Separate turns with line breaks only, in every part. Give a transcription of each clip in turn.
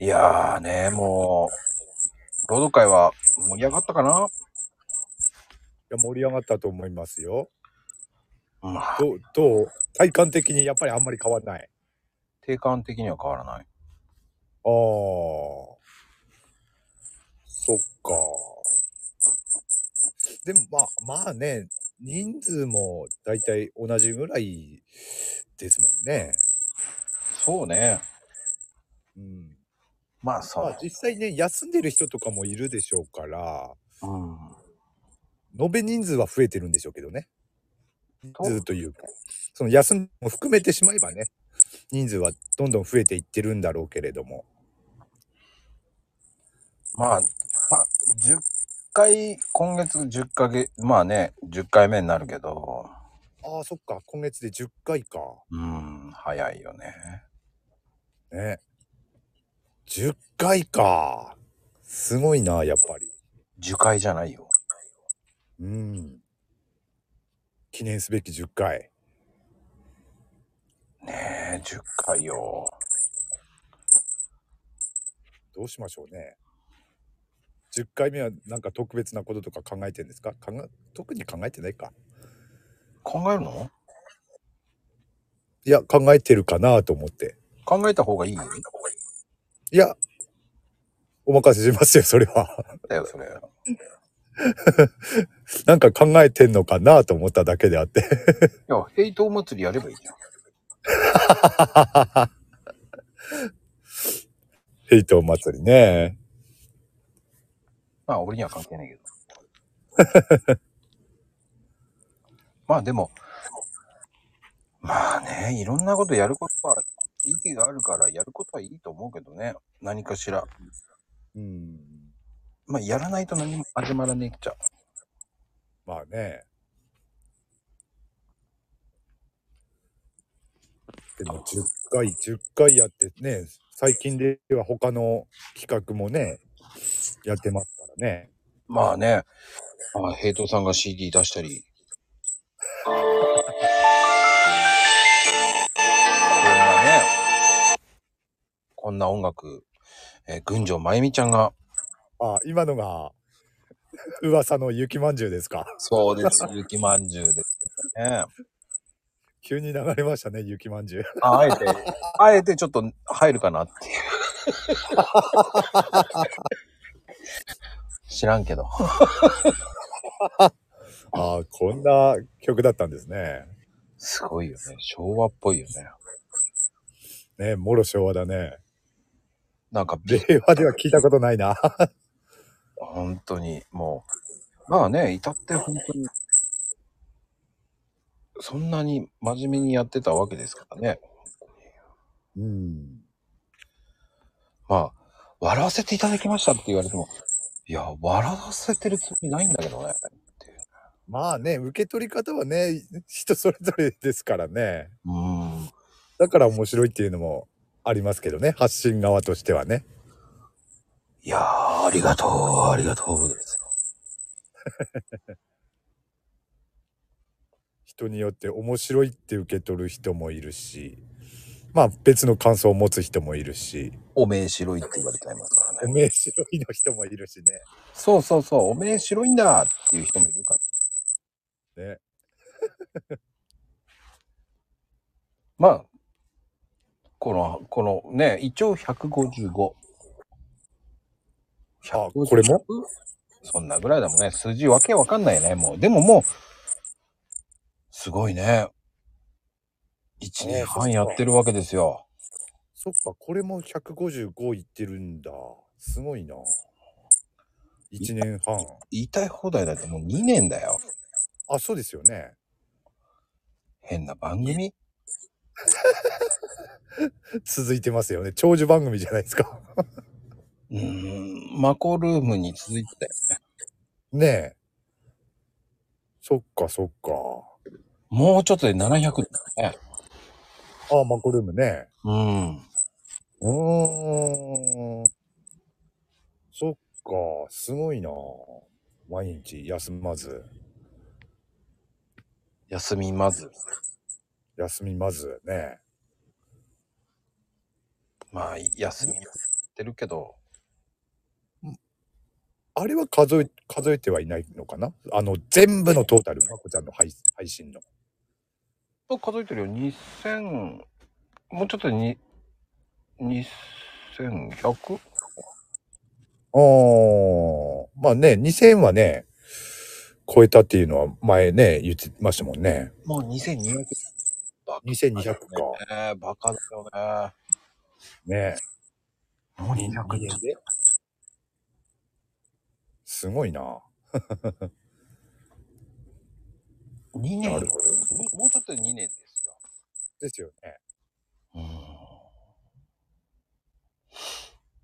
いやーね、もう、労働会は盛り上がったかな
や盛り上がったと思いますよ。
まあ、
どうどう体感的にやっぱりあんまり変わんない。
定感的には変わらない。
ああ。そっか。でもまあ、まあね、人数もだいたい同じぐらいですもんね。
そうね。
うん。
まあさ、
まあ実際ね、休んでる人とかもいるでしょうから、
うん。
延べ人数は増えてるんでしょうけどね。
と
人数というか、その休みも含めてしまえばね、人数はどんどん増えていってるんだろうけれども。
まあ、まあ、10回、今月10ヶ月、まあね、10回目になるけど、
ああ、そっか、今月で10回か。
うん、早いよね。
ね。10回か。すごいな、やっぱり。
10回じゃないよ。
うん。記念すべき10回。
ねえ、10回よ。
どうしましょうね。10回目はなんか特別なこととか考えてんですか考え特に考えてないか。
考えるの
いや、考えてるかなと思って。
考えた方がいい
いや、お任せしますよ、それは。
だよ、それ。
なんか考えてんのかなと思っただけであって。
いや、ヘイトお祭りやればいいじゃん。
ヘイトお祭りね。
まあ、俺には関係ないけど。まあ、でも、まあね、いろんなことやることは、意義があるから、やることはいいと思うけどね。何かしら。
うん。
まあ、やらないと何も始まらねえっちゃ。
まあね。でも10回、10回やってね、最近では他の企画もね、やってますからね。
まあね、まあ、ヘイトさんが CD 出したり。 こんなね、こんな音楽、えー、群青まゆみちゃんが。
あ、今のが、噂の雪まんじゅうですか。
そうです、雪まんじゅうですね。
急に流れましたね、雪まんじゅう。
ああえて、あえてちょっと入るかなっていう。 知らんけど。
ああ、こんな曲だったんですね。
すごいよね。昭和っぽいよね。
ね、もろ昭和だね。
なんか、
令和では聞いたことないな。
本当にもうまあね至って本当にそんなに真面目にやってたわけですからね
うん。
まあ笑わせていただきましたって言われてもいや笑わせてるつもりないんだけどねっていう
まあね、受け取り方はね、人それぞれですからね。
うーん
だから面白いっていうのもありますけどね、発信側としてはね。
いやーありがとうありがとうですよ
人によって面白いって受け取る人もいるし、まあ別の感想を持つ人もいるし、
おめえ白いって言われちゃいますから
お
ね
めえ白いの人もいるし
そうそうそうおめえ白いんだっていう人もいるから
ね。ね。
まあこのこのね一応155
あ、これも
そんなぐらいだもんね。数字わけわかんないよね、もう。でももう、すごいね。1年半やってるわけですよ。
そっか、これも155いってるんだ。すごいな。1年半。
言いたい放題だってもう2年だよ。
あ、そうですよね。
変な番組
続いてますよね。長寿番組じゃないですか。
うーん、マコルームに続いてたよね。
ねえ。そっかそっか。
もうちょっとで700だね。
あマコルームね。
うん。
うーん。そっか、すごいな。毎日休まず、
休みまず。
休みまずね。
まあ、休み。ってるけど、
あれは数え、数えてはいないのかなあの、全部のトータル、まこちゃんの配配信の。
僕数えてるよ。2000、もうちょっとでに、2100?
ああ、まあね、2000はね、超えたっていうのは前ね、言ってましたもんね。
もう2200。バカ
2200か。
だね。バカだよ
ね。
ね。もう
でですごいな。
2年
なるほど
にもうちょっとで2年ですよ。
ですよね。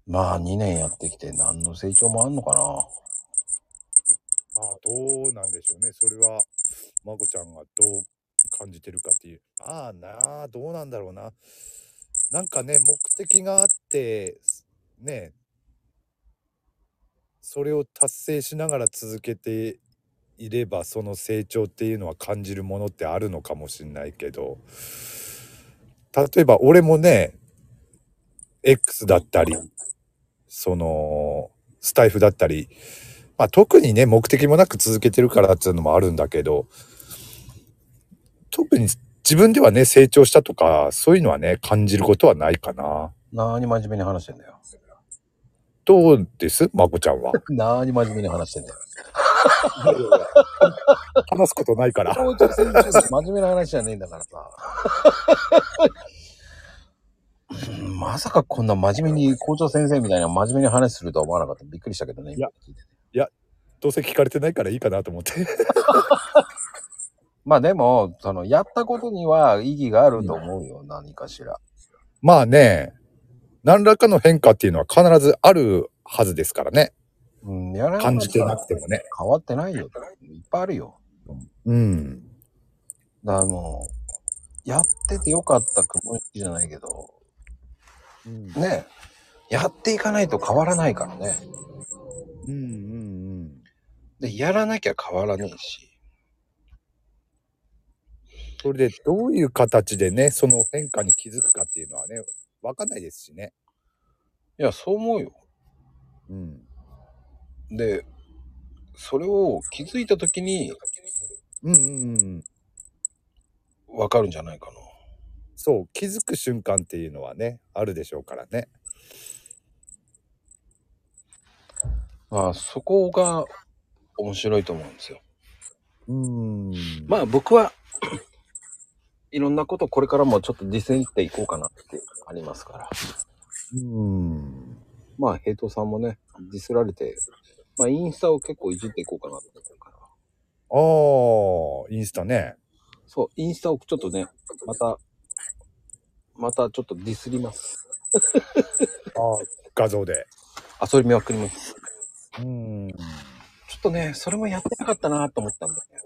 まあ2年やってきて何の成長もあんのかな。
まあ、どうなんでしょうね。それは、まこちゃんがどう感じてるかっていう。ああなあ、どうなんだろうな。なんかね、目的があって、ね、それを達成しながら続けていれば、その成長っていうのは感じるものってあるのかもしれないけど、例えば俺もね、X だったり、その、スタイフだったり、まあ、特にね目的もなく続けてるからっていうのもあるんだけど特に自分ではね成長したとかそういうのはね感じることはないかな。
何真面目に話してんだ よ。
どうですまこちゃん は。
何真面目に話してんだよ。
話すことないから。
校長先生真面目な話じゃねえんだからさ。うん まさかこんな真面目に校長先生みたいな真面目に話するとは思わなかった。びっくりしたけどね。
いや
今聞いてて
どうせ聞かれてないからいいかなと思って。
まあでも、その、やったことには意義があると思うよ。何かしら。
まあね何らかの変化っていうのは必ずあるはずですからね
うん、やら
感じてなくてもね。
変わってないよ。いっぱいあるよ。
うん。
あの、やっててよかった雲行きじゃないけど、
うん
ねえ、やっていかないと変わらないからね。
うんうん。
で、やらなきゃ変わらねえし。
それでどういう形でねその変化に気づくかっていうのはね分かんないですしね。
いや、そう思うよ。
うん。
で、それを気づいた時に
うんうんうん。
分かるんじゃないかな。
そう、気づく瞬間っていうのはね、あるでしょうからね。
まあ、そこが面白いと思うんですよ。
うーん。
まあ、僕は、 いろんなことこれからもちょっと実践していこうかなってありますから。
うーん。
まあ、平等さんもね、ディスられて、まあ、インスタを結構いじっていこうかなと思ってるから。
ああ、インスタね。
そう、インスタをちょっとね、また、またちょっとディスります。
ああ、画像で。
遊びまくります。
うーん。
ちょっとね、それもやってなかったなと思ったんだよね。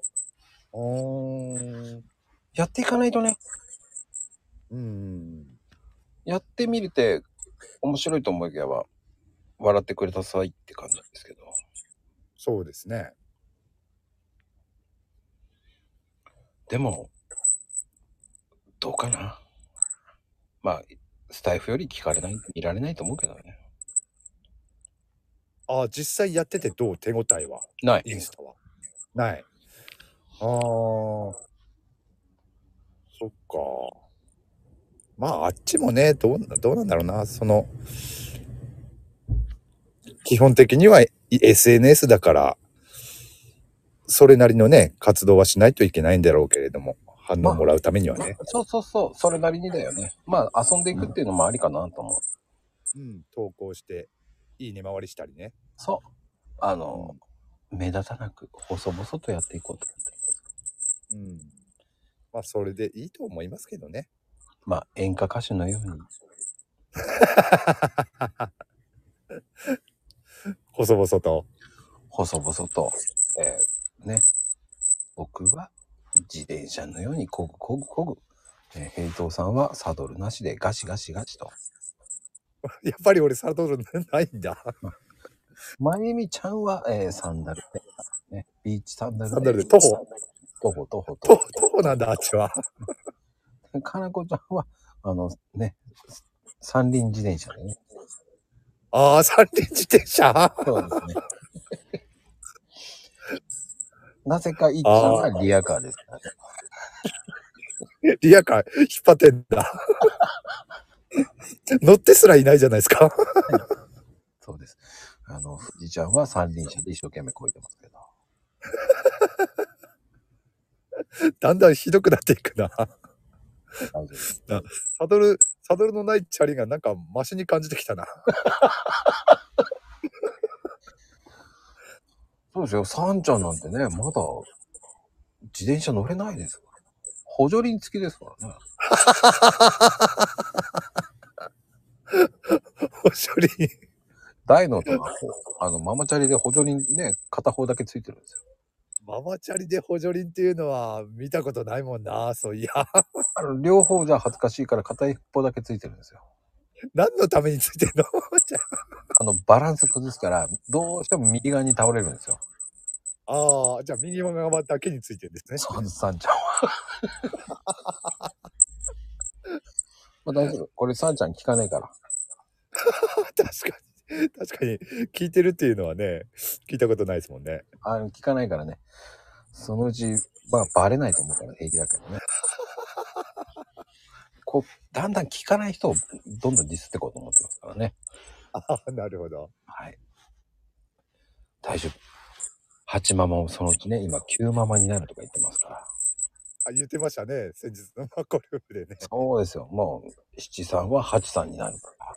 あー
やっていかないとね、
うん。
やってみるて面白いと思いけば、笑ってくれたさいって感じなんですけど。
そうですね。
でも、どうかな。まあ、スタイフより聞かれない、見られないと思うけどね。
ああ、実際やっててどう手応えは
ない。
インスタは。ない。ああ。そっか。まあ、あっちもね、どうな、どうなんだろうな、その、基本的には SNS だから、それなりのね、活動はしないといけないんだろうけれども、反応もらうためにはね。
そうそうそう、それなりにだよね。まあ、遊んでいくっていうのもありかなと思う。
うん、投稿して、いいね回りしたりね。
そう。あの、目立たなく、細々とやっていこうと思ってます。
うん。まあ、それでいいと思いますけどね。
まあ、演歌歌手のように。
細々と。
細々と、えーね、僕は自転車のようにこぐこぐこぐ、えー、平等さんはサドルなしでガシガシガシと。
やっぱり俺、サドルないんだ。
まゆみちゃんは、えーサンダルで、ね、ビーチサンダル
サンダルで徒歩。
徒歩徒歩
徒
徒
歩なんだ、あっちは。
歩。かなこちゃんは、あのね、三輪自転車でね。
ああ、三輪自転車
そうですね。 なぜか1位はリアカーですからね。
リアカー引っ張ってんだ。乗ってすらいないじゃないですか。
そうです。あの、富士ちゃんは三輪車で一生懸命こいでますけど。
だんだんひどくなっていくな。
大丈夫です。
サドル、サドルのないチャリがなんかマシに感じてきたな。
そうですよ。サンちゃんなんてね、まだ自転車乗れないですから補助輪付きですからね。
お処理。
大のとか、あの、ママチャリで補助輪ね、片方だけ付いてるんですよ。
ママチャリで補助輪っていうのは見たことないもんな。そういや、
あの両方じゃ恥ずかしいから片一方だけ付いてるんですよ。
何のためについてんのじゃ
あの、バランス崩すから、どうしても右側に倒れるんですよ。
ああー、じゃあ右側だけについてんですね。
そうです、サンちゃんは。 まあ大丈夫。これサンちゃん聞かねえから。
確かに。確かに。聞いてるっていうのはね、聞いたことないですもんね。
あの、聞かないからね。そのうち、まあ、バレないと思うから平気だけどね。 こう、だんだん聞かない人をどんどんディスってこうと思ってますからね。
ああ、なるほど。
はい。大丈夫。八ママもそのうちね、今九ママになるとか言ってますから。
あ、言ってましたね。先日のマコルームでね。
そうですよ。もう、七三は八三になるから。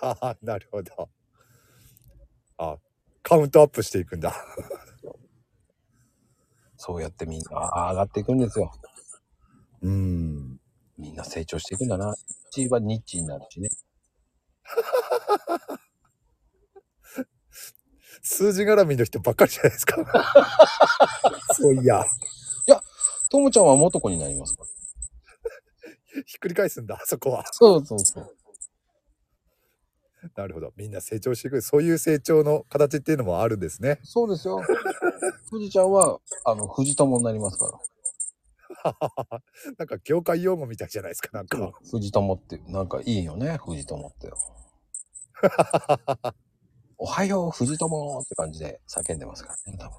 ああ、なるほど。あ、カウントアップしていくんだ。
そうやってみんなあ上がっていくんですよ。
うん。
みんな成長していくんだな。一はニッチになるしね。
数字絡みの人ばっかりじ ゃないですか。そういや、
ともちゃんは元子になりますから。
ひっくり返すんだ、そこは。
そうそうそう。
なるほど。みんな成長していく。そういう成長の形っていうのもあるんですね。
そうですよ。富士ちゃんは、あの、富士友になりますから。
なんか業界用語みたいじゃないですか。なんか。
富士友って、なんかいいよね、富士友って。おはよう、富士友って感じで叫んでますからね、多分。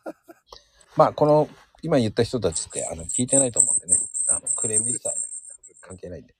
まあ、この、今言った人たちって、あの、聞いてないと思うんでね。あの、クレーム一切関係ないんで。